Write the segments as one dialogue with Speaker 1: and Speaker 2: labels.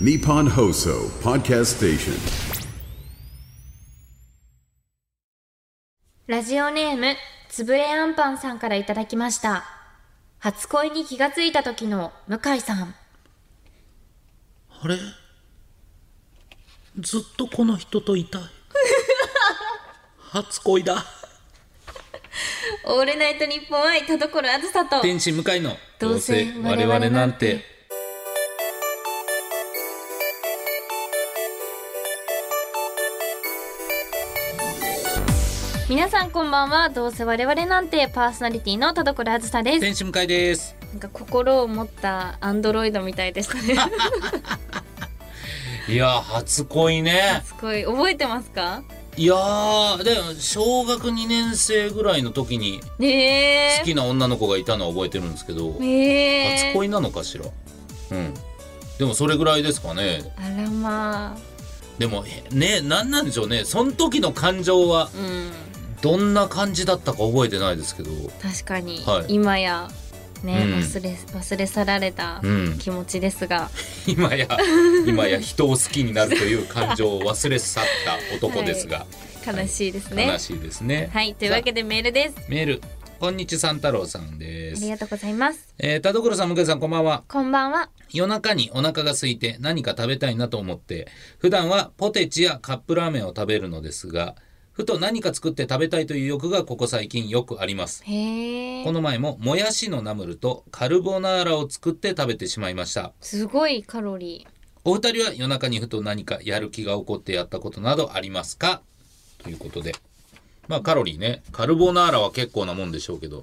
Speaker 1: Nippon Hoso Podcast Station.
Speaker 2: ラジオネーム、つぶれあんぱんさんからいただきました。初恋に気がついた時の向井さん。
Speaker 3: あれずっとこの人とい たい初恋だ
Speaker 2: オールナイト日本愛田所あずさと。
Speaker 3: 天使向かいの
Speaker 2: どうせ我々なんて皆さんこんばんは。どうせ我々なんてパーソナリティの田所あずさです。
Speaker 3: 天使向かいです
Speaker 2: なんか心を持ったアンドロイドみたいです ね。
Speaker 3: いやー初恋ね
Speaker 2: すごい。覚えてますか
Speaker 3: いやーでも小学2年生ぐらいの時に
Speaker 2: ねえ。
Speaker 3: 好きな女の子がいたのは覚えてるんですけど
Speaker 2: ねえ。
Speaker 3: 初恋なのかしらうんでもそれぐらいですかね
Speaker 2: あらまあ。
Speaker 3: でもえね何なんでしょうねその時の感情は
Speaker 2: うん。
Speaker 3: どんな感じだったか覚えてないですけど
Speaker 2: 確かに、
Speaker 3: はい
Speaker 2: 今やね、
Speaker 3: うん
Speaker 2: 忘れ忘れ去られた
Speaker 3: うん
Speaker 2: 気持ちですが、
Speaker 3: 今 や今や人を好きになるという感情を忘れ去った男ですが、
Speaker 2: 悲しいですね。は
Speaker 3: 悲
Speaker 2: い、
Speaker 3: しいですね
Speaker 2: というわけでメールです。あ
Speaker 3: メールこんにちは三太郎さんで
Speaker 2: り
Speaker 3: す
Speaker 2: がとうございます。
Speaker 3: えー、田所さん向井さんこんばんは
Speaker 2: こんばんは。
Speaker 3: 夜中にお腹が空いて何か食べたいなと思って普段はポテチやカップラーメンを食べるのですがふと何か作って食べたいという欲がここ最近よくあります
Speaker 2: へ
Speaker 3: こ
Speaker 2: え。
Speaker 3: の前ももやしのナムルとカルボナーラを作って食べてしまいました
Speaker 2: すごいカロリ
Speaker 3: お二人は夜中にふと何かやる気が起こってやったことなどありますかということで。まあカロリーね。カルボナーラは結構なもんでしょうけど。
Speaker 2: ー。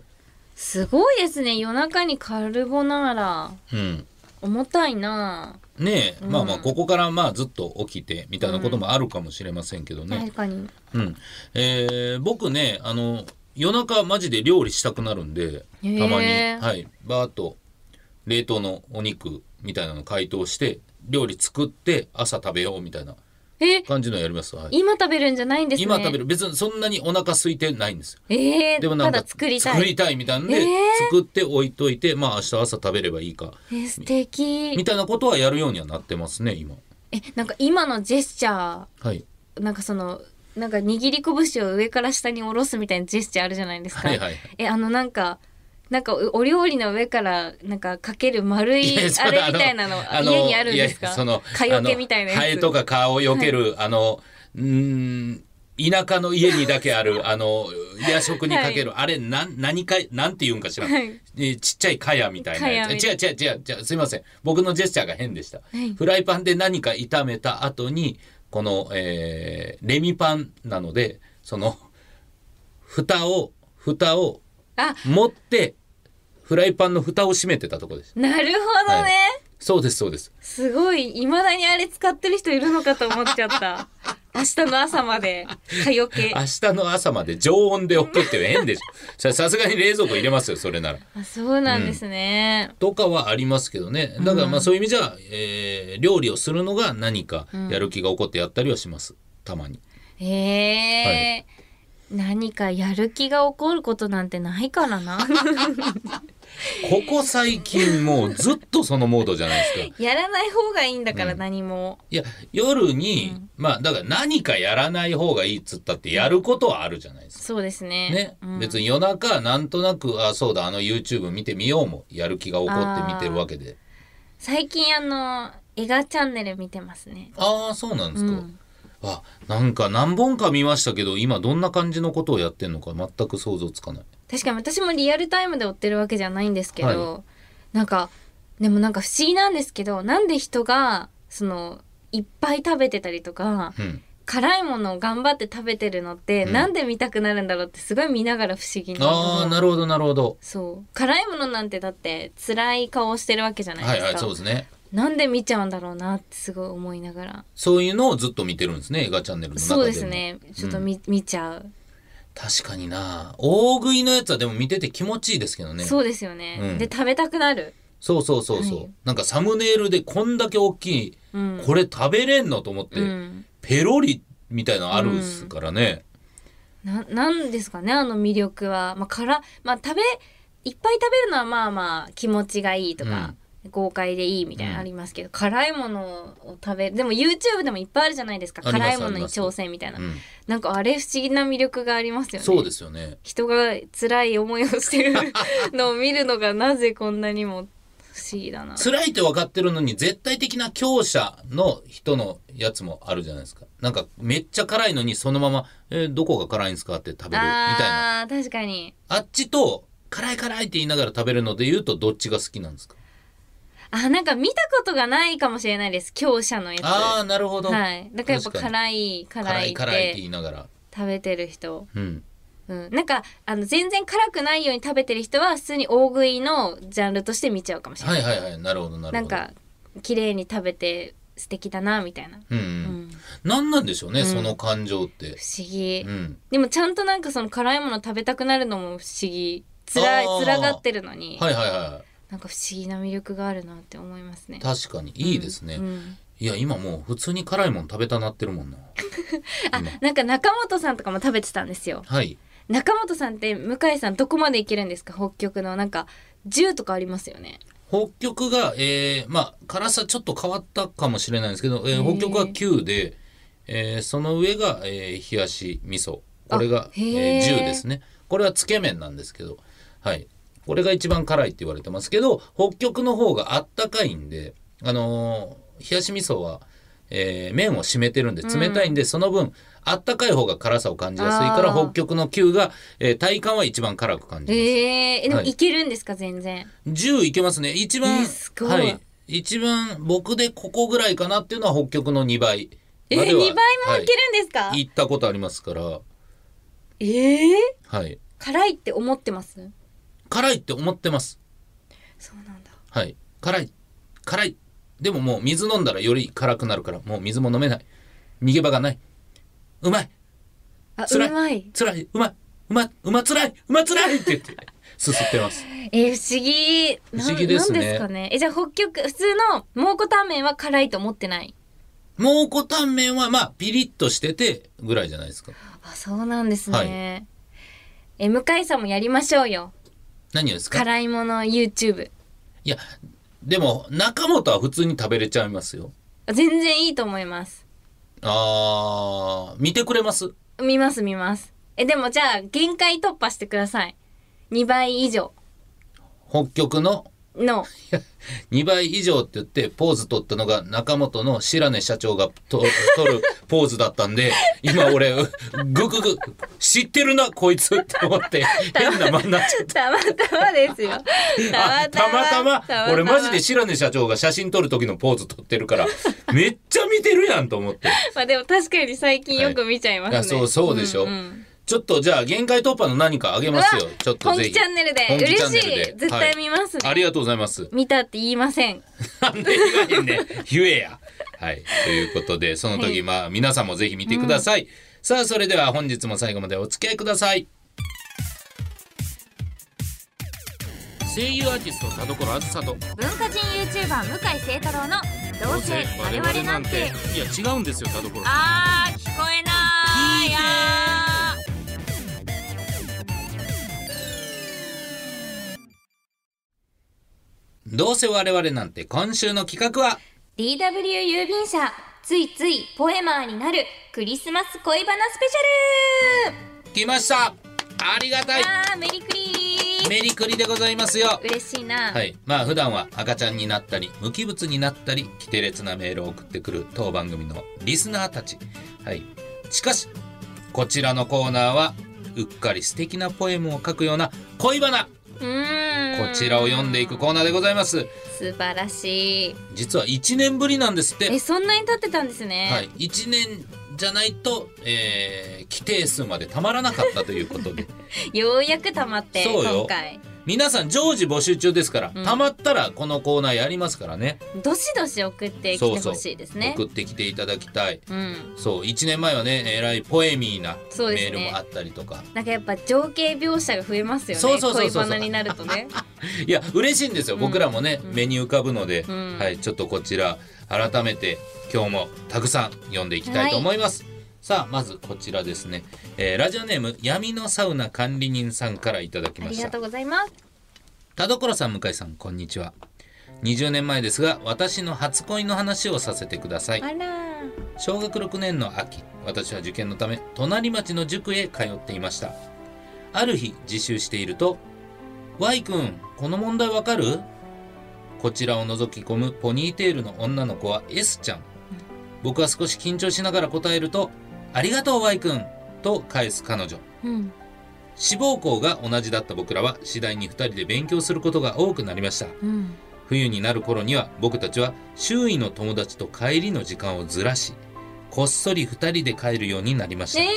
Speaker 2: すごいですね。夜中にカルボナーラ。
Speaker 3: うん。
Speaker 2: 重たいなあ。
Speaker 3: ねえ、まあまあここからまあずっと起きてみたいなこともあるかもしれませんけどね
Speaker 2: 確。かに。
Speaker 3: うん。えー僕ね、あの、夜中マジで料理したくなるんで、た
Speaker 2: へえ
Speaker 3: まに、はい、バーっと冷凍のお肉みたいなの解凍して、料理作って朝食べようみたいな
Speaker 2: え、
Speaker 3: 感じのやります。はい。
Speaker 2: 今食べるんじゃないんですね。
Speaker 3: 今食べる別にそんなにお腹空いてないんですよ
Speaker 2: ええ
Speaker 3: でもな
Speaker 2: た
Speaker 3: んか
Speaker 2: だ作りたい。
Speaker 3: みたいなんで、
Speaker 2: えー
Speaker 3: 作って置いといてまあ明日朝食べればいいか
Speaker 2: え素敵
Speaker 3: み。たいなことはやるようにはなってますね今
Speaker 2: え、なんか今のジェスチャー。
Speaker 3: はい
Speaker 2: なんかそのなんか握り拳を上から下に下ろすみたいなジェスチャーあるじゃないですか。
Speaker 3: はいはいはい
Speaker 2: えあのなんかなんかおお料理の上からなんかかける丸 い
Speaker 3: いやそ
Speaker 2: あれ
Speaker 3: の
Speaker 2: みたいなの家にあるんです
Speaker 3: い
Speaker 2: か
Speaker 3: やその
Speaker 2: 蚊よけみたいな
Speaker 3: あのハエ
Speaker 2: やつ。
Speaker 3: とか蚊をよける、あのうーん田舎の家にだけあ るあの夜食にかける、あれなん何かなんて言うんかしらん、
Speaker 2: はい
Speaker 3: えーちっちゃい蚊帳みたいなや
Speaker 2: 蚊
Speaker 3: つ
Speaker 2: 帳
Speaker 3: 違う違う違う違うすいません僕のジェスチャーが変でした、
Speaker 2: い
Speaker 3: フライパンで何か炒めた後にこの、えーレミパンなのでその蓋を蓋を
Speaker 2: あ
Speaker 3: 持ってフライパンの蓋を閉めてたとこです
Speaker 2: なるほどね。
Speaker 3: はいそうですそうです
Speaker 2: すごい未だにあれ使ってる人いるのかと思っちゃ った。明日の朝まで蚊よけ。
Speaker 3: 明日の朝まで常温で置くって変でしょ。そ れさすがに冷蔵庫入れますよ、それなら。
Speaker 2: あそうなんですね。
Speaker 3: とかはありますけどね。だからまあそういう意味じゃ、えー料理をするのが何かやる気が起こってやったりはします。たまに。
Speaker 2: へえ、何かやる気が起こることなんてないからな。
Speaker 3: ここ最近もうずっとそのモードじゃないですか。
Speaker 2: やらない方がいいんだから何も。
Speaker 3: いや、夜に、まあだから何かやらない方がいいっつったってやることはあるじゃないですか。
Speaker 2: そうですね。
Speaker 3: ね、
Speaker 2: うん
Speaker 3: 別に夜中なんとなく、あ、そうだ、あの YouTube 見てみようもやる気が起こって見てるわけで。
Speaker 2: 最近あの、映画チャンネル見てますね。
Speaker 3: ああそうなんですか、
Speaker 2: うん
Speaker 3: あなんか何本か見ましたけど今どんな感じのことをやってんのか全く想像つかない
Speaker 2: 確かに私もリアルタイムで追ってるわけじゃないんですけど、なんか、でもなんか不思議なんですけど、なんで人が、その、いっぱい食べてたりとか、
Speaker 3: うん
Speaker 2: 辛いものを頑張って食べてるのって、
Speaker 3: うん
Speaker 2: なんで見たくなるんだろうってすごい見ながら不思議に思う
Speaker 3: ああなるほどなるほど
Speaker 2: そう辛いものなんてだって辛い顔をしてるわけじゃないで
Speaker 3: は
Speaker 2: す
Speaker 3: い
Speaker 2: か、
Speaker 3: はいそうですね
Speaker 2: なんで見ちゃうんだろうなってすごい思いながら
Speaker 3: そういうのをずっと見てるんですね映画チャンネルの中でも
Speaker 2: そうですねちょっと見,、見ちゃう
Speaker 3: 確かにな大食いのやつはでも見てて気持ちいいですけどねそ
Speaker 2: そううですよね、
Speaker 3: うん
Speaker 2: で食べたくなる
Speaker 3: そうそうそう
Speaker 2: はい
Speaker 3: なんかサムネイルでこんだけ大きい、
Speaker 2: うん
Speaker 3: これ食べれんのと思って、
Speaker 2: うん
Speaker 3: ペロリみたいなのあるっすからね、
Speaker 2: ななんですかねあの魅力はまあからまあ食べいっぱい食べるのはまあまあ気持ちがいいとか、豪快でいいみたいなのありますけど、辛いものを食べでも YouTube でもいっぱいあるじゃないですか
Speaker 3: あります
Speaker 2: 辛いもの
Speaker 3: あり
Speaker 2: に
Speaker 3: ます
Speaker 2: 挑戦みたいな、
Speaker 3: うん
Speaker 2: なんかあれ不思議な魅力がありますよね
Speaker 3: そうですよね。
Speaker 2: 人が辛い思いをしてるのを見るのがなぜこんなにも不思議 だな
Speaker 3: 辛いって分かってるのに絶対的な強者の人のやつもあるじゃないですかなんかめっちゃ辛いのにそのまま「えーどこが辛いんですか?」って食べるみたいな
Speaker 2: あー確かに
Speaker 3: あっちと「辛い辛い」って言いながら食べるので言うとどっちが好きなんですか
Speaker 2: あなんか見たことがないかもしれないです強者のやつ
Speaker 3: ああなるほど、
Speaker 2: はいだからやっぱ
Speaker 3: 確かに
Speaker 2: 辛い辛
Speaker 3: 辛
Speaker 2: い
Speaker 3: い
Speaker 2: っ
Speaker 3: 辛いって
Speaker 2: て
Speaker 3: 言いながら
Speaker 2: 食べてる人
Speaker 3: うん
Speaker 2: うん、なんかあの全然辛くないように食べてる人は普通に大食いのジャンルとして見ちゃうかもしれない、
Speaker 3: はいはいはいなるほどなる
Speaker 2: な
Speaker 3: ほ
Speaker 2: ん
Speaker 3: ど
Speaker 2: か綺麗に食べて素敵だなみたいな、
Speaker 3: うん、う、
Speaker 2: うんん不
Speaker 3: 何なんでしょうね、その感情って
Speaker 2: 思議、
Speaker 3: うん
Speaker 2: でもちゃんとなんかその辛いもの食べたくなるのも不思議つらい
Speaker 3: あー
Speaker 2: つらがってるのに、
Speaker 3: はいはいは
Speaker 2: なんか不思議な魅力があるなって思いますね
Speaker 3: い確かにいいですね、
Speaker 2: うん
Speaker 3: いや今もう普通に辛いもん食べたなってるもんな
Speaker 2: あ
Speaker 3: 今
Speaker 2: なんか中本さんとかも食べてたんですよ
Speaker 3: はい
Speaker 2: 中本さんって向井さんどこまでいけるんですか北極のなんか10とかありますよね
Speaker 3: 北極が、えーまあ辛さちょっと変わったかもしれないんですけど、えー北極が9で、えーその上が、えー冷やし味噌これが
Speaker 2: あ、
Speaker 3: え
Speaker 2: へー
Speaker 3: ー10ですねこれはつけ麺なんですけどはいこれが一番辛いって言われてますけど北極の方があったかいんであのー冷やし味噌は、えー麺を締めてるんで冷たいんで、その分あったかい方が辛さを感じやすいから
Speaker 2: あー
Speaker 3: 北極の9が、えー体感は一番辛く感じます。
Speaker 2: えーえでも
Speaker 3: はい
Speaker 2: いけるんですか全然
Speaker 3: 10いけますね一番、
Speaker 2: えすごい
Speaker 3: はい一番僕でここぐらいかなっていうのは北極の2倍
Speaker 2: えー、
Speaker 3: ま
Speaker 2: 2
Speaker 3: で
Speaker 2: 倍
Speaker 3: は
Speaker 2: もいけるんですか、
Speaker 3: はい行ったことありますから
Speaker 2: ええ
Speaker 3: はい
Speaker 2: 辛いって思ってます
Speaker 3: 辛いって思ってます
Speaker 2: そうなんだ
Speaker 3: はい辛い辛いでももう水飲んだらより辛くなるからもう水も飲めない逃げ場がないうまい
Speaker 2: あ
Speaker 3: 辛いう
Speaker 2: まい
Speaker 3: 辛いうまいうまいうま辛いうま辛いって言ってすすってます
Speaker 2: えー、不思議な
Speaker 3: 不思議ですね
Speaker 2: なんですかねえじゃあ北極普通の蒙古タンメンは辛いと思ってない
Speaker 3: 蒙古タンメンはまあピリッとしててぐらいじゃないですか
Speaker 2: あそうなんですね、
Speaker 3: はい
Speaker 2: え向井さんもやりましょうよ
Speaker 3: 何をですか
Speaker 2: 辛いもの YouTube
Speaker 3: いや、でも、中本は普通に食べれちゃいますよ。
Speaker 2: あ全然いいと思います
Speaker 3: あー、見てくれます
Speaker 2: 見ます見ますえでもじゃあ限界突破してください2倍以上
Speaker 3: 北極の
Speaker 2: の
Speaker 3: 2倍以上って言って、ポーズ取ったのが中本の白根社長がと取るポーズだったんで、今俺、うぐぐぐ、知ってるな、こいつって思って、変な間になっちゃった。
Speaker 2: たまたまです よ
Speaker 3: あたまたま俺マジで
Speaker 2: し
Speaker 3: 白根社長が写真撮る時のポーズ撮ってるからめっちゃ見てるやんと思って
Speaker 2: まあでも確かに最近よく見ちゃいますね、
Speaker 3: はいいやそうそうでしょ
Speaker 2: んん
Speaker 3: ちょっとじゃあ限界突破の何かあげますよ
Speaker 2: うわ
Speaker 3: ちょっと
Speaker 2: 本
Speaker 3: ぜ
Speaker 2: 気
Speaker 3: ひ
Speaker 2: チャンネルで
Speaker 3: 本気チャン
Speaker 2: 嬉
Speaker 3: ネ
Speaker 2: し
Speaker 3: ル
Speaker 2: い
Speaker 3: で
Speaker 2: 絶対見ますね、
Speaker 3: ありがとうございます。
Speaker 2: 見たって言いません
Speaker 3: なんで言わへんねん。言えや。はい。ということで、その時、
Speaker 2: はい
Speaker 3: まあ、皆さんもぜひ見てください。さあ、それでは本日も最後までお付き合いください。声優アーティスト田所あずさと
Speaker 2: 文化人 YouTuber 向井聖太郎の「どうせ我々なんて
Speaker 3: いや違うんですよ田所」
Speaker 2: あー聞こえないあー
Speaker 3: どうせ我々なんて今週の企画は
Speaker 2: DW 郵便社ついついポエマーになるクリスマス恋バナスペシャル
Speaker 3: 来ましたありがたい
Speaker 2: あーメリクリ
Speaker 3: メリクリでございますよ
Speaker 2: 嬉しいな、
Speaker 3: はい、まあ普段は赤ちゃんになったり無機物になったり規定列なメールを送ってくる当番組のリスナーたち、はい、しかしこちらのコーナーはうっかり素敵なポエムを書くような恋バナ
Speaker 2: うーん
Speaker 3: こちらを読んでいくコーナーでございます
Speaker 2: 素晴らしい
Speaker 3: 実は1年ぶりなんですって、
Speaker 2: えそんなに経ってたんですね、
Speaker 3: はい、1年じゃないと、えー、規定数までたまらなかったというこ とで
Speaker 2: ようやく溜まって
Speaker 3: そうよ
Speaker 2: 今回
Speaker 3: 皆さん常時募集中ですから、
Speaker 2: うん
Speaker 3: たまったらこのコーナーやりますからね
Speaker 2: どしどし送ってきてほしいですね
Speaker 3: 送ってきていただきたい
Speaker 2: うん
Speaker 3: そう1年前はねえらいポエミーな
Speaker 2: そうで
Speaker 3: メ
Speaker 2: す
Speaker 3: ール
Speaker 2: ね
Speaker 3: もあったりとか、
Speaker 2: なんかやっぱ情景描写が増えますよね
Speaker 3: そうそうそうそう
Speaker 2: 恋バナになるとね
Speaker 3: いや嬉しいんですよ、
Speaker 2: うん
Speaker 3: 僕らもね、
Speaker 2: うん
Speaker 3: 目に浮かぶので、
Speaker 2: うん
Speaker 3: はい、ちょっとこちら改めて今日もたくさん読んでいきたいと思います、さあまずこちらですね、えーラジオネーム闇のサウナ管理人さんからいただき
Speaker 2: あ
Speaker 3: ま
Speaker 2: り
Speaker 3: し
Speaker 2: が
Speaker 3: た
Speaker 2: とうございます
Speaker 3: 田所さん向井さんこんにちは20年前ですが私の初恋の話をさせてください
Speaker 2: あら
Speaker 3: 小学6年の秋私は受験のため隣町の塾へ通っていましたある日自習していると「Y 君この問題わかる?」こちらを覗き込むポニーテールの女の子は S ちゃん僕は少し緊張しながら答えると「ありがとう Y 君」と返す彼女
Speaker 2: うん
Speaker 3: 志望校が同じだった僕らは次第に2人で勉強することが多くなりました
Speaker 2: うん
Speaker 3: 冬になる頃には僕たちは周囲の友達と帰りの時間をずらしこっそり2人で帰るようになりまし
Speaker 2: え
Speaker 3: た、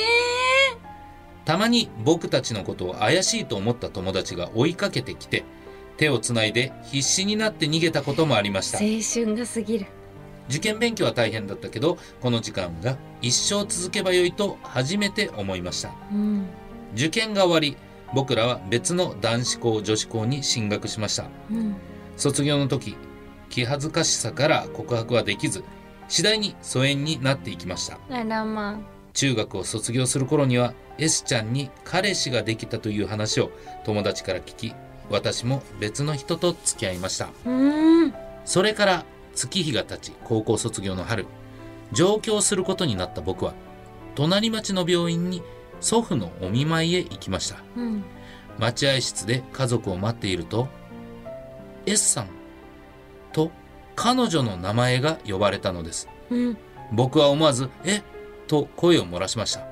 Speaker 3: たまに僕たちのことを怪しいと思った友達が追いかけてきて手をつないで必死になって逃げたこともありました
Speaker 2: ー、青春が過ぎる
Speaker 3: 受験勉強は大変だったけどこの時間が一生続けばよいと初めて思いました
Speaker 2: うん
Speaker 3: 受験が終わり僕らは別の男子校女子校に進学しました
Speaker 2: うん
Speaker 3: 卒業の時気恥ずかしさから告白はできず次第に疎遠になっていきました
Speaker 2: あらま
Speaker 3: 中学を卒業する頃には S ちゃんに彼氏ができたという話を友達から聞き私も別の人と付き合いました
Speaker 2: あうん
Speaker 3: それから月日が経ち高校卒業の春上京することになった僕は隣町の病院に祖父のお見舞いへ行きました
Speaker 2: うん
Speaker 3: 待合室で家族を待っていると S さんと彼女の名前が呼ばれたのです
Speaker 2: うん
Speaker 3: 僕は思わず「えと声を漏らしました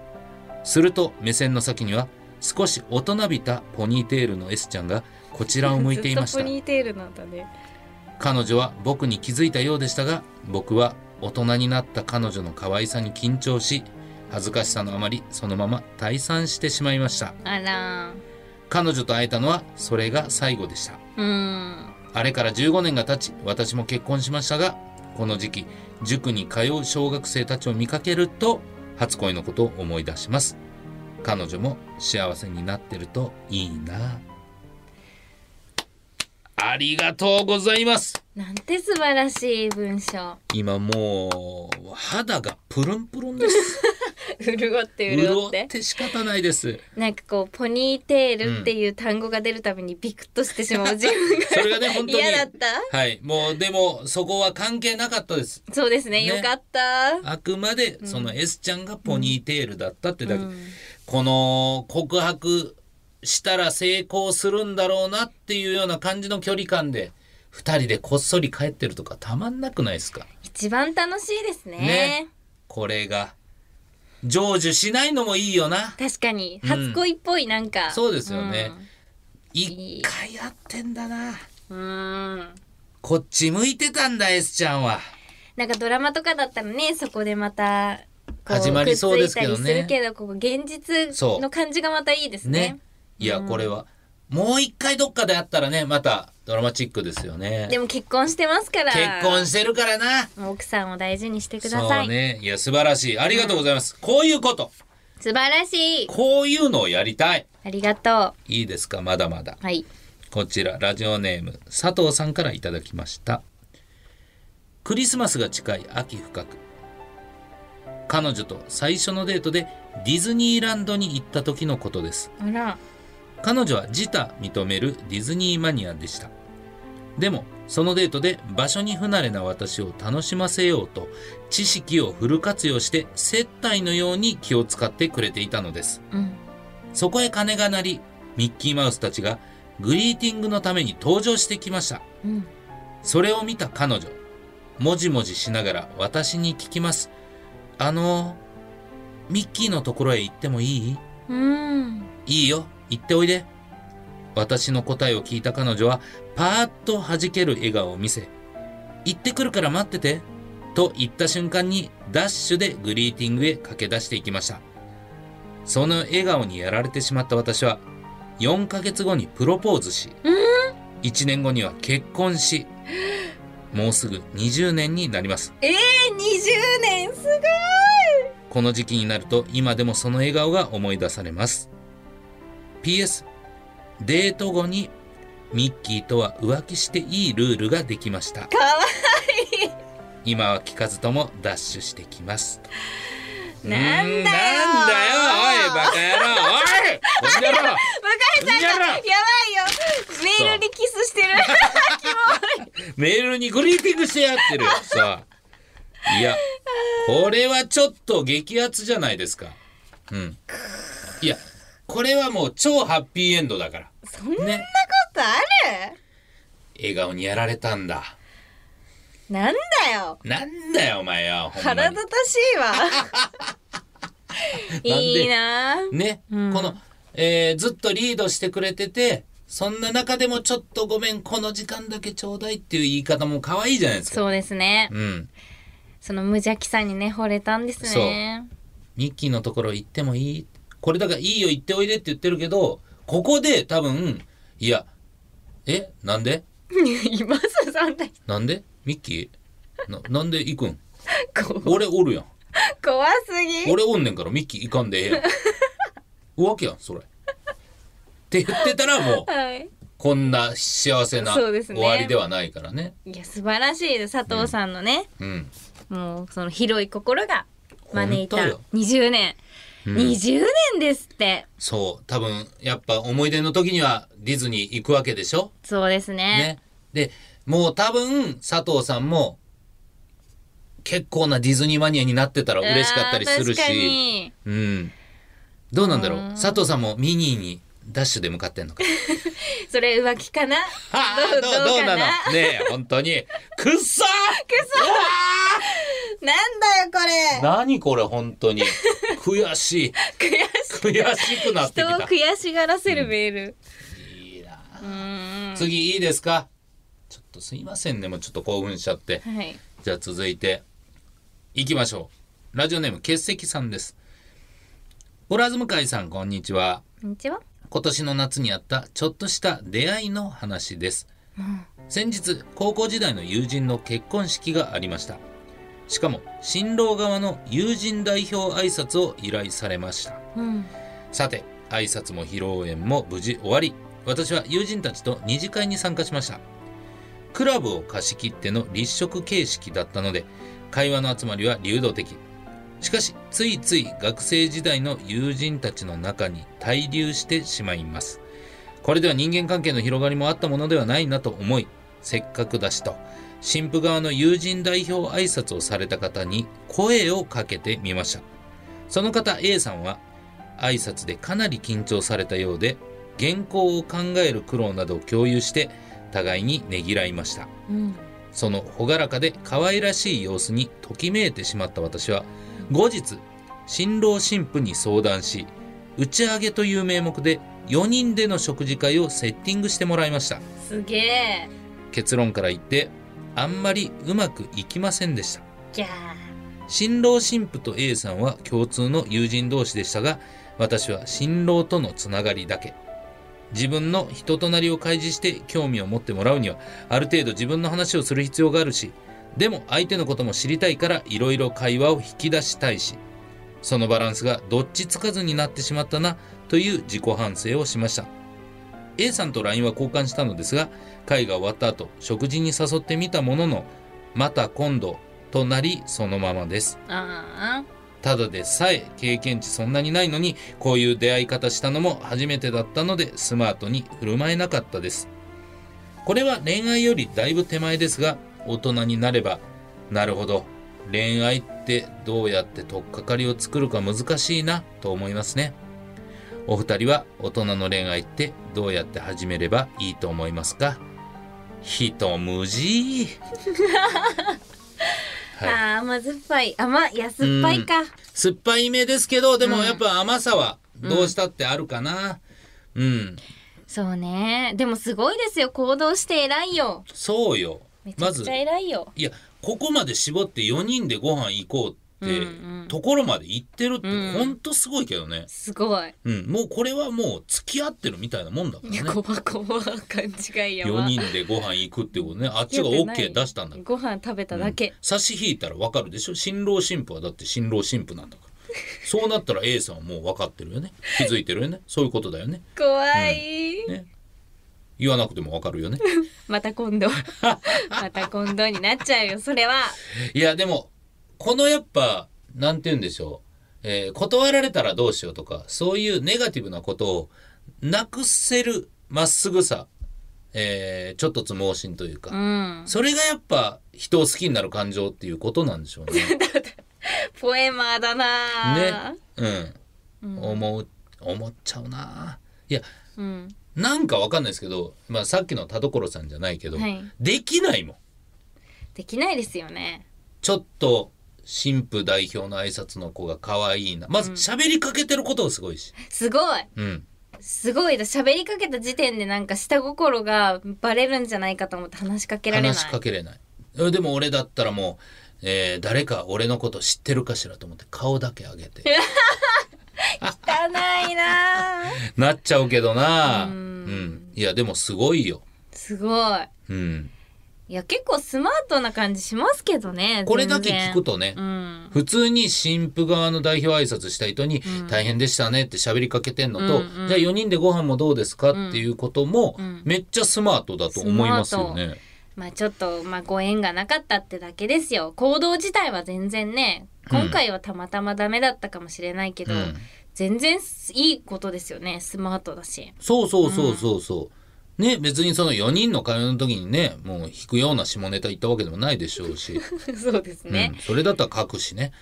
Speaker 3: すると目線の先には少し大人びたポニーテールの S ちゃんがこちらを向いていまし
Speaker 2: ずったとポニーテールなんだね
Speaker 3: 彼女は僕に気づいたようでしたが僕は大人になった彼女の可愛さに緊張し恥ずかしさのあまりそのまま退散してしまいました
Speaker 2: あら
Speaker 3: 彼女と会えたのはそれが最後でした
Speaker 2: うん
Speaker 3: あれから15年が経ち、私も結婚しましたが、この時期、塾に通う小学生たちを見かけると、初恋のことを思い出します。彼女も幸せになってるといいな。ありがとうございます。
Speaker 2: なんて素晴らしい文章
Speaker 3: 今もう、肌がプルンプルンです。
Speaker 2: 潤って
Speaker 3: 潤って仕方ないです。
Speaker 2: なんかこうポニーテールっていう単語が出るたびにビクッとしてしまう自分が
Speaker 3: それがね、本当に。
Speaker 2: 嫌だった
Speaker 3: はい。もう、でも、そこは関係なかったです。
Speaker 2: そうですね
Speaker 3: ね
Speaker 2: よかった
Speaker 3: あくまで、その S ちゃんがポニーテールだったってだけ。
Speaker 2: うん
Speaker 3: この告白したら成功するんだろうなっていうような感じの距離感で2人でこっそり帰ってるとかたまんなくないですか
Speaker 2: 一番楽しいですね
Speaker 3: ねこれが成就しないのもいいよな
Speaker 2: 確かに
Speaker 3: うん
Speaker 2: 初恋っぽいなんか、
Speaker 3: そうですよね
Speaker 2: い
Speaker 3: 一回やってんだな
Speaker 2: うんうん
Speaker 3: こっち向いてたんだ S ちゃんは
Speaker 2: なんかドラマとかだったらねそこでまたこ
Speaker 3: 始まりそうですけどね
Speaker 2: くっついたりするけどここ現
Speaker 3: そう
Speaker 2: 実の感じがまたいいですね
Speaker 3: ねいやこれはもう一回どっかで会ったらねまたドラマチックですよね
Speaker 2: でも結婚してますから
Speaker 3: 結婚してるからな
Speaker 2: もう奥さんを大事にしてくださ
Speaker 3: そ、
Speaker 2: いう
Speaker 3: ねいや素晴らしいありがとうございます、こういうこと
Speaker 2: 素晴らしい
Speaker 3: こういうのをやりたい。
Speaker 2: ありがと
Speaker 3: いいですかまだまだ
Speaker 2: う。はい
Speaker 3: こちら、ラジオネーム、佐藤さんからいただきました。クリスマスが近い秋深く。彼女と最初のデートでディズニーランドに行った時のことです。
Speaker 2: あら
Speaker 3: 彼女は自他認めるディズニーマニアでした。でも、そのデートで場所に不慣れな私を楽しませようと、知識をフル活用して接待のように気を使ってくれていたのです。
Speaker 2: うん
Speaker 3: そこへ鐘が鳴り、ミッキーマウスたちがグリーティングのために登場してきました。
Speaker 2: うん
Speaker 3: それを見た彼女、もじもじしながら私に聞きます。あの、ミッキーのところへ行ってもいい
Speaker 2: うん
Speaker 3: いいよ、行っておいで。私の答えを聞いた彼女は、パーッと弾ける笑顔を見せ、行ってくるから待ってて、と言った瞬間に、ダッシュでグリーティングへ駆け出していきました。その笑顔にやられてしまった私は、4ヶ月後にプロポーズし、1年後には結婚し、もうすぐ20年になります。
Speaker 2: えー、20年すごい
Speaker 3: この時期になると今でもその笑顔が思い出されます PS デート後にミッキーとは浮気していいルールができました
Speaker 2: かわ
Speaker 3: 今は聞かずともダッシュしてきます
Speaker 2: なんだよ
Speaker 3: うーんなんだよおいバカ野郎おいこんな野郎
Speaker 2: 向井さんが
Speaker 3: や
Speaker 2: や
Speaker 3: ば
Speaker 2: ば
Speaker 3: い
Speaker 2: いよメールにキスしてる
Speaker 3: メールにグリーティングしてやってるさあいやこれはちょっと激アツじゃないですかうんいやこれはもう超ハッピーエンドだから
Speaker 2: そんなこ
Speaker 3: ね
Speaker 2: とある
Speaker 3: 笑顔にやられたんだ
Speaker 2: なんだよ
Speaker 3: なんだよお前よほんまに
Speaker 2: 腹立たしい わ
Speaker 3: で
Speaker 2: いいなぁ
Speaker 3: ね、
Speaker 2: うん
Speaker 3: この、えーずっとリードしてくれててそんな中でもちょっとごめんこの時間だけちょうだいっていう言い方も可愛いじゃないですか
Speaker 2: そうですね
Speaker 3: うん
Speaker 2: その無邪気さにね惚れたんですね
Speaker 3: ミッキーのところ行ってもいいこれだからいいよ行っておいでって言ってるけどここで多分いやえなんで
Speaker 2: いますそんな人
Speaker 3: なんでミッキーななんで行くん
Speaker 2: こ
Speaker 3: 俺おるやん
Speaker 2: 怖すぎ
Speaker 3: 俺おんねんからミッキー行かんでええやん浮気やんそれって言ってたらもう
Speaker 2: はい
Speaker 3: こんな幸せな
Speaker 2: そう
Speaker 3: 終
Speaker 2: ですね
Speaker 3: わりではないからね
Speaker 2: いや素晴らしいです佐藤さんのね、
Speaker 3: うん
Speaker 2: もうその広い心が招いた
Speaker 3: 本
Speaker 2: 20年、20年ですって
Speaker 3: そう多分やっぱ思い出の時にはディズニー行くわけでしょ
Speaker 2: そうですね
Speaker 3: ねでもう多分佐藤さんも結構なディズニーマニアになってたら嬉しかったりす
Speaker 2: あ
Speaker 3: る
Speaker 2: ー確か
Speaker 3: し、
Speaker 2: に
Speaker 3: うん、どうなんだろう
Speaker 2: うん
Speaker 3: 佐藤さんもミニーにダッシュで向かってんのか
Speaker 2: それ浮気かな
Speaker 3: あ
Speaker 2: ど
Speaker 3: ー
Speaker 2: う
Speaker 3: ど
Speaker 2: ど
Speaker 3: う
Speaker 2: う
Speaker 3: どう
Speaker 2: かな
Speaker 3: なのねえ本当にくっそ
Speaker 2: くなんだよこ
Speaker 3: 何これ本当に悔しい
Speaker 2: れ悔しい
Speaker 3: 悔しくなってき
Speaker 2: 人を
Speaker 3: た
Speaker 2: 悔しがらせるメール、
Speaker 3: いいな
Speaker 2: うーん
Speaker 3: 次いいですかちょっとすいませんねもうちょっと興奮しちゃって
Speaker 2: はい
Speaker 3: じゃあ続いていきましょうラジオネーム欠席さんですオラズム会さんこんにちは
Speaker 2: こんにちは
Speaker 3: 今年の夏にあったちょっとした出会いの話です、先日高校時代の友人の結婚式がありましたしかも新郎側の友人代表挨拶を依頼されました
Speaker 2: うん
Speaker 3: さて挨拶も披露宴も無事終わり私は友人たちと二次会に参加しましたクラブを貸し切っての立食形式だったので会話の集まりは流動的しかしついつい学生時代の友人たちの中に滞留してしまいますこれでは人間関係の広がりもあったものではないなと思いせっかくだしと新婦側の友人代表挨拶をされた方に声をかけてみましたその方 A さんは挨拶でかなり緊張されたようで原稿を考える苦労などを共有して互いにねぎらいました
Speaker 2: うん
Speaker 3: その朗らかで可愛らしい様子にときめいてしまった私は後日新郎新婦に相談し打ち上げという名目で4人での食事会をセッティングしてもらいました
Speaker 2: すげえ
Speaker 3: 結論から言ってあんまりうまくいきませんでした
Speaker 2: ギャー
Speaker 3: 新郎新婦と A さんは共通の友人同士でしたが私は新郎とのつながりだけ自分の人となりを開示して興味を持ってもらうにはある程度自分の話をする必要があるしでも相手のことも知りたいからいろいろ会話を引き出したいしそのバランスがどっちつかずになってしまったなという自己反省をしました A さんと LINE は交換したのですが会が終わった後食事に誘ってみたもののまた今度となりそのままです
Speaker 2: あ
Speaker 3: ただでさえ経験値そんなにないのにこういう出会い方したのも初めてだったのでスマートに振る舞えなかったですこれは恋愛よりだいぶ手前ですが大人になればなるほど恋愛ってどうやって取っかかりを作るか難しいなと思いますねお二人は大人の恋愛ってどうやって始めればいいと思いますか人無事
Speaker 2: ー、
Speaker 3: は
Speaker 2: あ
Speaker 3: い
Speaker 2: ー甘酸っぱい甘いや酸っぱいか、
Speaker 3: 酸っぱいめですけどでもやっぱ甘さはどうしたってあるかなうん、
Speaker 2: そうねでもすごいですよ行動して偉いよ
Speaker 3: そうよ
Speaker 2: めち
Speaker 3: ま
Speaker 2: ゃく
Speaker 3: ず
Speaker 2: ちゃ偉いよ、
Speaker 3: いやここまで絞って4人でご飯行こうって、
Speaker 2: うんうん
Speaker 3: ところまで行ってるって
Speaker 2: うん
Speaker 3: ほんとすごいけどね、
Speaker 2: すごい
Speaker 3: うんもうこれはもう付き合ってるみたいなもんだから
Speaker 2: い
Speaker 3: ね
Speaker 2: や怖怖勘違いや
Speaker 3: 4
Speaker 2: わ
Speaker 3: 人でご飯行くってことねあっちが
Speaker 2: よくない
Speaker 3: OK 出したんだから
Speaker 2: ご飯食べただけ、
Speaker 3: 差し引いたら分かるでしょ新郎新婦はだって新郎新婦なんだからそうなったら A さんはもう分かってるよね気づいてるよねそういうことだよね
Speaker 2: 怖い、
Speaker 3: ね言わなくても分かるよね
Speaker 2: また今 度また今度になっちゃうよそれはい
Speaker 3: やでもこのやっぱなんて言うんでしょう、えー断られたらどうしようとかそういうネガティブなことをなくせるまっすぐさ、えーちょっとつ盲信というか、
Speaker 2: うん。
Speaker 3: それがやっぱ人を好きになる感情っていうことなんでしょうね。
Speaker 2: ポエマーだな
Speaker 3: ね。うん。思う、思っちゃうな。いや、
Speaker 2: ぁうん。
Speaker 3: なんかわかんないですけど、まあさっきの田所さんじゃないけど、
Speaker 2: はい
Speaker 3: できないもん。
Speaker 2: できないですよね。
Speaker 3: ちょっと、新婦代表の挨拶の子が可愛いな。まず喋りかけてることがすごいし。
Speaker 2: すごい
Speaker 3: うん。
Speaker 2: すごいだ喋りかけた時点でなんか下心がバレるんじゃないかと思って話しかけられない。
Speaker 3: 話しかけれない。えでも俺だったらもう、えー誰か俺のこと知ってるかしらと思って顔だけ上げて。
Speaker 2: 汚いなぁ
Speaker 3: なっちゃうけどな。
Speaker 2: う
Speaker 3: うんん。いや、でもすごいよ。
Speaker 2: すごい。
Speaker 3: うん。
Speaker 2: いや結構スマートな感じしますけどね。
Speaker 3: これだけ聞くとね
Speaker 2: 全然うん。
Speaker 3: 普通に新婦側の代表挨拶した人に「大変でしたね」って喋りかけてんのと、
Speaker 2: うんうん
Speaker 3: じゃあ4人でご飯もどうですかっていうことも
Speaker 2: ん
Speaker 3: めっちゃスマートだと思いますよね。
Speaker 2: まあちょっと、まあ、ご縁がなかったってだけですよ行動自体は全然ね今回はたまたまダメだったかもしれないけど、
Speaker 3: うん
Speaker 2: 全然いいことですよねスマートだ し
Speaker 3: そうそうそうそうそう。ね別にその4人の会話の時にねもう引くような下ネタ言ったわけでもないでしょうし、
Speaker 2: そうですね
Speaker 3: うん、、それだったら書くしね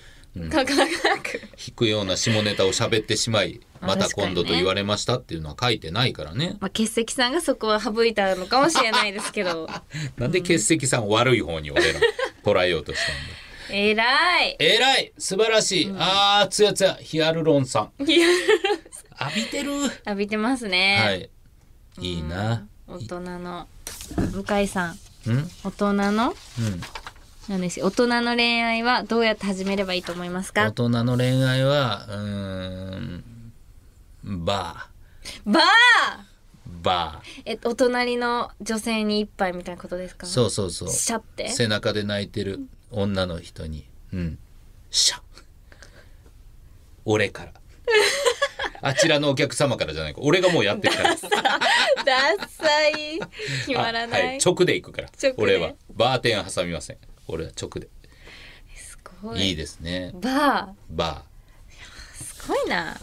Speaker 2: かかかく
Speaker 3: 引くような下ネタを喋ってしまい
Speaker 2: あ
Speaker 3: また
Speaker 2: 確かに
Speaker 3: 今
Speaker 2: ね
Speaker 3: 度と言われましたっていうのは書いてないからね。
Speaker 2: まあ欠席さんがそこは省いたのかもしれないですけ ど
Speaker 3: なんで欠席さんを悪い方に俺ら捉えようとしたんだ
Speaker 2: えらい
Speaker 3: えらい素晴らしい、あーつやつやヒアルロン酸
Speaker 2: いや
Speaker 3: 浴びてる
Speaker 2: 浴びてますね、
Speaker 3: はいいいな
Speaker 2: 大人の向井さん
Speaker 3: うんうん
Speaker 2: 大人のなんですよ大人の恋愛はどうやって始めればいいと思います
Speaker 3: 大
Speaker 2: か
Speaker 3: 人の恋愛はうーんバ
Speaker 2: バー
Speaker 3: ーバー
Speaker 2: えお隣の女性に一杯みたいなことですか
Speaker 3: そうそうそう
Speaker 2: シャって
Speaker 3: 背中で泣いてる女の人にうんシャ俺 からあちらのお客様からじゃないか俺がもうやってるか ら
Speaker 2: ダッサい 決まらない、
Speaker 3: はい、直で行くから
Speaker 2: 直で
Speaker 3: 俺はバーテン挟みません俺は直です
Speaker 2: ごい
Speaker 3: いいですね
Speaker 2: バ
Speaker 3: バー
Speaker 2: ーすごいな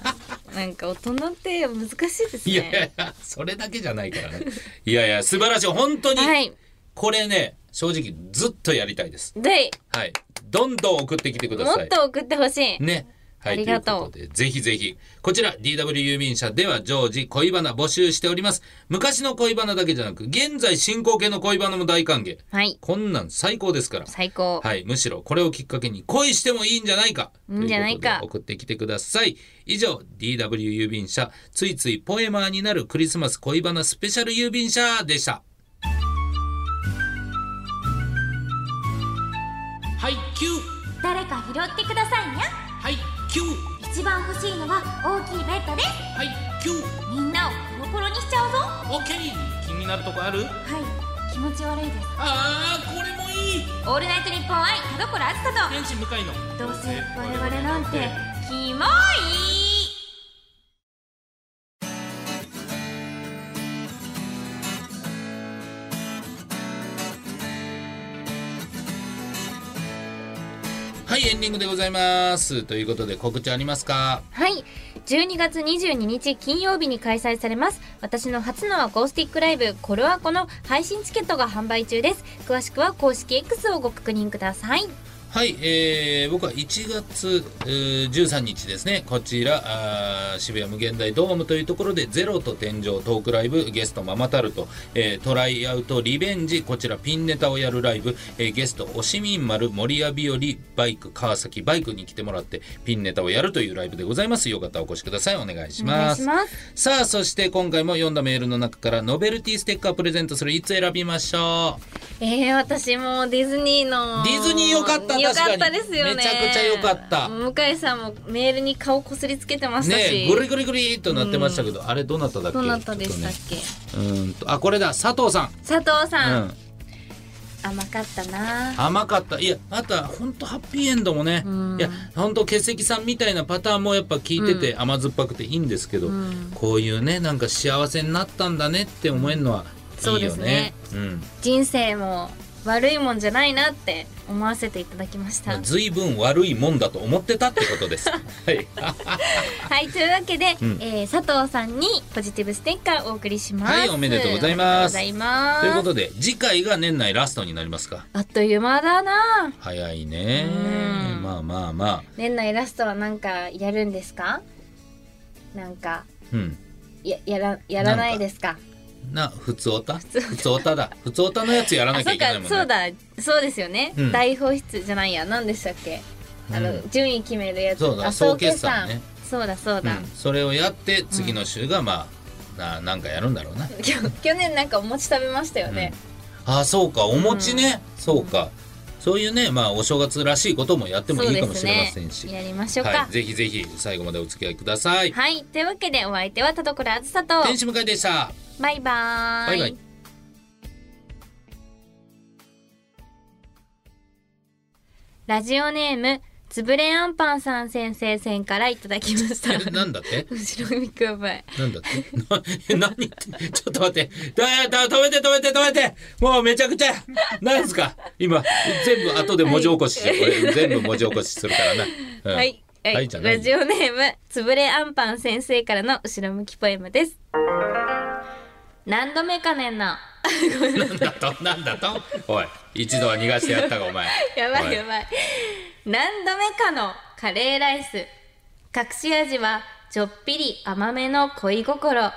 Speaker 2: なんか大人って難しいですね
Speaker 3: いやいやいやそれだけじゃないからね。いやいや、素晴らしい。本当に、
Speaker 2: はい
Speaker 3: これね、正直ずっとやりたいです。
Speaker 2: で
Speaker 3: はい。どんどん送ってきてくだ
Speaker 2: も
Speaker 3: さ
Speaker 2: っ
Speaker 3: い。
Speaker 2: と送ってほしい、
Speaker 3: ね。はい、
Speaker 2: ありがとう
Speaker 3: ということで、ぜひぜひ、こちら DW 郵便社では常時恋バナ募集しております。昔の恋バナだけじゃなく、現在進行形の恋バナも大歓迎。
Speaker 2: はい
Speaker 3: こんなん最高ですから。
Speaker 2: 最高、
Speaker 3: はい、むしろこれをきっかけに恋してもいいんじゃないか
Speaker 2: いいんじゃないか
Speaker 3: とうことで送ってきてください以上 DW 郵便車ついついポエマーになるクリスマス恋バナスペシャル郵便車でしたはいキュー
Speaker 4: 誰か拾ってくださいにゃ
Speaker 3: はいキュー
Speaker 4: 一番欲しいのは大きいベッドです
Speaker 3: はいキュー
Speaker 4: みんなをコロコロにしちゃうぞは
Speaker 3: オッケー気になるとこある
Speaker 4: い気持ち悪いです
Speaker 3: あーこれもいい
Speaker 4: オールナイトニッポン愛田所あず
Speaker 3: 天使向かいの
Speaker 4: とどうせ我々なんてキモい
Speaker 3: はいエンディングでございますということで告知ありますか
Speaker 2: はい。12月22日金曜日に開催されます。私の初のアコースティックライブ、コロアコの配信チケットが販売中です。詳しくは公式 X をご確認ください。
Speaker 3: はい、えー僕は1月、えー13日ですね、こちら、あー渋谷無限大ドームというところで、ゼロと天井トークライブ、ゲストママタルト、えートライアウトリベンジ、こちらピンネタをやるライブ、えーゲスト、おしみん丸、森谷日和、バイク、川崎、バイクに来てもらって、ピンネタをやるというライブでございます。よかったらお越しください。お願いし
Speaker 2: お願
Speaker 3: ま
Speaker 2: いし
Speaker 3: す。
Speaker 2: ます。
Speaker 3: さあ、そして今回も読んだメールの中から、ノベルティステッカープレゼントする、いつ選びましょう
Speaker 2: えー、私もディズニーの。
Speaker 3: ディズニー良かった
Speaker 2: 良か
Speaker 3: 確
Speaker 2: っ
Speaker 3: か
Speaker 2: た
Speaker 3: に
Speaker 2: ですよね。
Speaker 3: めちゃくちゃ良かった
Speaker 2: 向井さんもメールに顔こすりつけてましたし。
Speaker 3: ねえぐりぐりぐりっとなってましたけど、あれどなただっけ
Speaker 2: どなたでしたっ
Speaker 3: ち
Speaker 2: け、
Speaker 3: ょっとねうーんとあこれだ佐藤さん
Speaker 2: 佐藤さん、
Speaker 3: うん、
Speaker 2: 甘かったな
Speaker 3: 甘かったいやあとは本当ハッピーエンドもね、いや本当欠席さんみたいなパターンもやっぱ聞いてて甘酸っぱくていいんですけど、こういうねなんか幸せになったんだねって思えるのはいいよ
Speaker 2: そ
Speaker 3: ね
Speaker 2: うですね
Speaker 3: うん
Speaker 2: 人生も悪いもんじゃないなって思わせていただきました。
Speaker 3: ずいぶん悪いもんだと思ってたってこ とですはい
Speaker 2: はい、というわけで、
Speaker 3: うん
Speaker 2: えー佐藤さんにポジティブステッカーをお送りします。
Speaker 3: はいおめでとうございます
Speaker 2: おめでとうございます
Speaker 3: ということで次回が年内ラストになりますか
Speaker 2: あっという間だな。
Speaker 3: 早いね
Speaker 2: うん
Speaker 3: まあまあまあ
Speaker 2: 年内ラストはなんかやるんですかなんか、
Speaker 3: うん
Speaker 2: や、やら、やらないですか
Speaker 3: な普通おた普通おただ普通おたのやつやら
Speaker 2: あ、
Speaker 3: なきゃ
Speaker 2: そう
Speaker 3: いけない
Speaker 2: か、
Speaker 3: もんね
Speaker 2: そうだ、そうですよね。
Speaker 3: うん
Speaker 2: 大放出じゃないや、何でしたっけあの、
Speaker 3: う
Speaker 2: 順位決めるやつ。
Speaker 3: そうだ
Speaker 2: あ
Speaker 3: 総決算ね
Speaker 2: そうだ、そうだ。
Speaker 3: うん、それをやって次の週がまあ、ななんかやるんだろうな、
Speaker 2: きょ去年なんかお餅食べましたよね。
Speaker 3: ああそうかお餅ね、そうかそういうねまあお正月らしいこともやってもいいかもしれませんし、
Speaker 2: やりましょうか。
Speaker 3: はい、ぜひぜひ最後までお付き合いください、
Speaker 2: はい、というわけでお相手は田所あずさと
Speaker 3: 天使向井でした
Speaker 2: バイバー
Speaker 3: バイバイ
Speaker 2: ラジオネームつぶれあんぱんさん先生線からいただきました
Speaker 3: えなんだって
Speaker 2: 後ろ見くばい
Speaker 3: なんだってなえ 何言ってちょっと待ってだだ止めて止めて止めてもうめちゃくちゃなんですか今全部後で文字起こししよう、これ全部文字起こしするからな、うん
Speaker 2: はい、はい
Speaker 3: はいじゃない
Speaker 2: ラジオネームつぶれあんぱん先生からの後ろ向きポエムです何度目かねんな
Speaker 3: なんだとなんだとおい一度は逃がしてやったかお前
Speaker 2: やば
Speaker 3: お
Speaker 2: いやばい。何度目かのカレーライス。隠し味はちょっぴり甘めの恋心。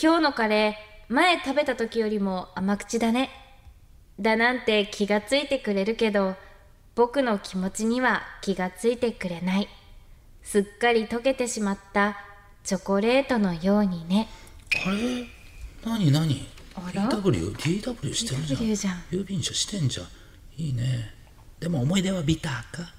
Speaker 2: 今日のカレー、前食べた時よりも甘口だね。だなんて気がついてくれるけど、僕の気持ちには気がついてくれない。すっかり溶けてしまったチョコレートのようにね。
Speaker 3: あれ何何
Speaker 2: あら
Speaker 3: DW? DW してるじゃん
Speaker 2: DW じゃん
Speaker 3: 郵便車してんじゃんいいねでも思い出はビターか